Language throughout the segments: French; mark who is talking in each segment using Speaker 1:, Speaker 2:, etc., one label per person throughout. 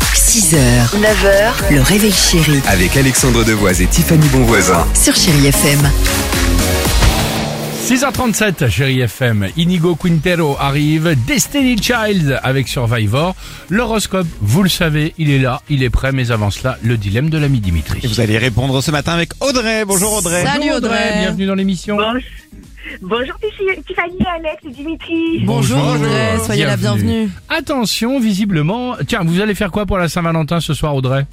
Speaker 1: 6h, 9h, le réveil chéri
Speaker 2: Avec Alexandre Devoise et Tiffany Bonvoisin.
Speaker 1: sur Chéri FM.
Speaker 3: 6h37, chérie FM. Inigo Quintero arrive. Destiny Child avec Survivor. L'horoscope, vous le savez, il est là, il est prêt, mais avant cela, le dilemme de l'ami Dimitri.
Speaker 4: Et vous allez répondre ce matin avec Audrey. Bonjour Audrey.
Speaker 3: Bonjour
Speaker 5: Salut Audrey.
Speaker 3: bienvenue dans l'émission.
Speaker 6: Bon- Bonjour Tiffy- Tiffany, Alex et Dimitri.
Speaker 5: Bonjour,
Speaker 3: Bonjour.
Speaker 5: Audrey, soyez la
Speaker 3: Bienvenue.
Speaker 5: bienvenue.
Speaker 3: Attention, visiblement. Tiens, vous allez faire quoi pour la Saint-Valentin ce soir, Audrey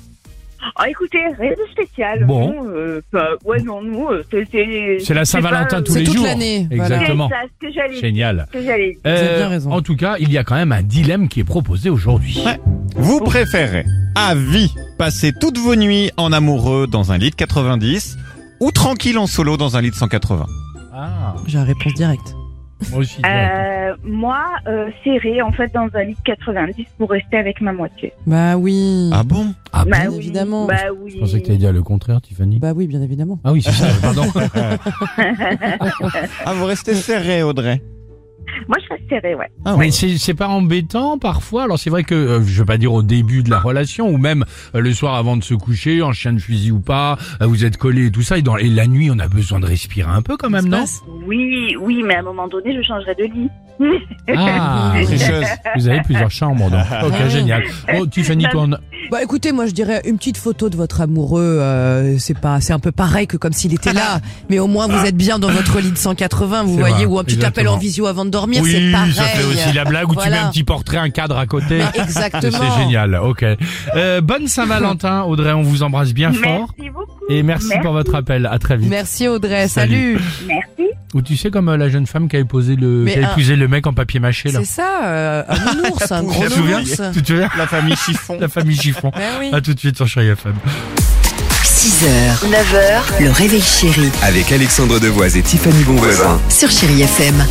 Speaker 6: Ah, écoutez, rien de spécial.
Speaker 3: Bon.
Speaker 6: Non, euh, bah, ouais, non, nous, euh, c'est.
Speaker 3: C'est la Saint-Valentin tous
Speaker 5: C'est
Speaker 3: les
Speaker 5: toute
Speaker 3: jours.
Speaker 5: l'année, voilà.
Speaker 6: C'est
Speaker 3: Exactement.
Speaker 6: ça, ce que j'allais dire.
Speaker 3: Génial. Euh,
Speaker 6: ce que j'allais dire.
Speaker 5: avez bien raison.
Speaker 3: En tout cas, il y a quand même un dilemme qui est proposé aujourd'hui.
Speaker 4: Ouais. Vous préférez à vie passer toutes vos nuits en amoureux dans un lit de 90 ou tranquille en solo dans un lit de 180
Speaker 3: Ah,
Speaker 5: J'ai la réponse directe.
Speaker 3: moi aussi.
Speaker 6: Euh, moi, euh, serré en fait dans un lit de 90 pour rester avec ma moitié.
Speaker 5: Bah oui.
Speaker 4: Ah bon
Speaker 3: Ah,
Speaker 6: bah
Speaker 5: bien
Speaker 6: oui,
Speaker 5: évidemment.
Speaker 6: Bah oui.
Speaker 3: Je pensais que t'allais dire le contraire, Tiffany.
Speaker 5: Bah oui, bien évidemment.
Speaker 3: Ah oui, c'est ça, pardon.
Speaker 4: Ah vous restez serré Audrey.
Speaker 6: Moi, je reste serré, ouais.
Speaker 4: Ah
Speaker 3: Mais
Speaker 4: ouais.
Speaker 3: c'est c'est pas embêtant parfois. Alors c'est vrai que euh, je veux pas dire au début de la relation ou même euh, le soir avant de se coucher, en chien de fusil ou pas, euh, vous êtes collé et tout ça. Et, dans, et la nuit, on a besoin de respirer un peu quand même,
Speaker 5: Bah,
Speaker 3: non
Speaker 6: Oui, oui, mais à un moment donné, je changerai de lit.
Speaker 3: Ah,
Speaker 4: Tricheuse.
Speaker 3: vous avez plusieurs chambres donc. Ok,
Speaker 5: Ouais.
Speaker 3: génial. Bon, Tiffany, toi, on-
Speaker 5: Bah écoutez, moi je dirais une petite photo de votre amoureux, euh, c'est pas, c'est un peu pareil que comme s'il était là, mais au moins vous êtes bien dans votre lit de 180,
Speaker 3: Ah.
Speaker 5: vous
Speaker 3: C'est
Speaker 5: voyez,
Speaker 3: vrai,
Speaker 5: ou un petit appel
Speaker 3: exactement.
Speaker 5: en visio avant de dormir,
Speaker 3: oui,
Speaker 5: c'est pareil.
Speaker 3: ça fait aussi la blague où tu
Speaker 5: Voilà.
Speaker 3: mets un petit portrait, un cadre à côté.
Speaker 5: Mais Exactement.
Speaker 3: C'est génial. Ok. Euh, bonne Saint-Valentin, Audrey. On vous embrasse bien fort.
Speaker 6: Merci beaucoup.
Speaker 3: Et merci, pour votre appel. À très vite.
Speaker 5: Merci Audrey,
Speaker 3: Salut.
Speaker 5: salut.
Speaker 6: Merci.
Speaker 3: Ou tu sais comme euh, la jeune femme qui a épousé le,
Speaker 5: Mais euh,
Speaker 3: qui a
Speaker 5: un-
Speaker 3: épousé le mec en papier mâché là.
Speaker 5: C'est ça, euh, un nounours, un gros
Speaker 3: Tu te souviens
Speaker 5: nounours.
Speaker 3: Tu te souviens
Speaker 4: La famille chiffon.
Speaker 3: La famille Chiffon.
Speaker 5: Ben oui.
Speaker 3: À tout de suite sur Chérie FM.
Speaker 1: 6h, 9h, le réveil chéri
Speaker 2: Avec Alexandre Devoise et Tiffany Bonvoisin.
Speaker 1: sur Chéri FM.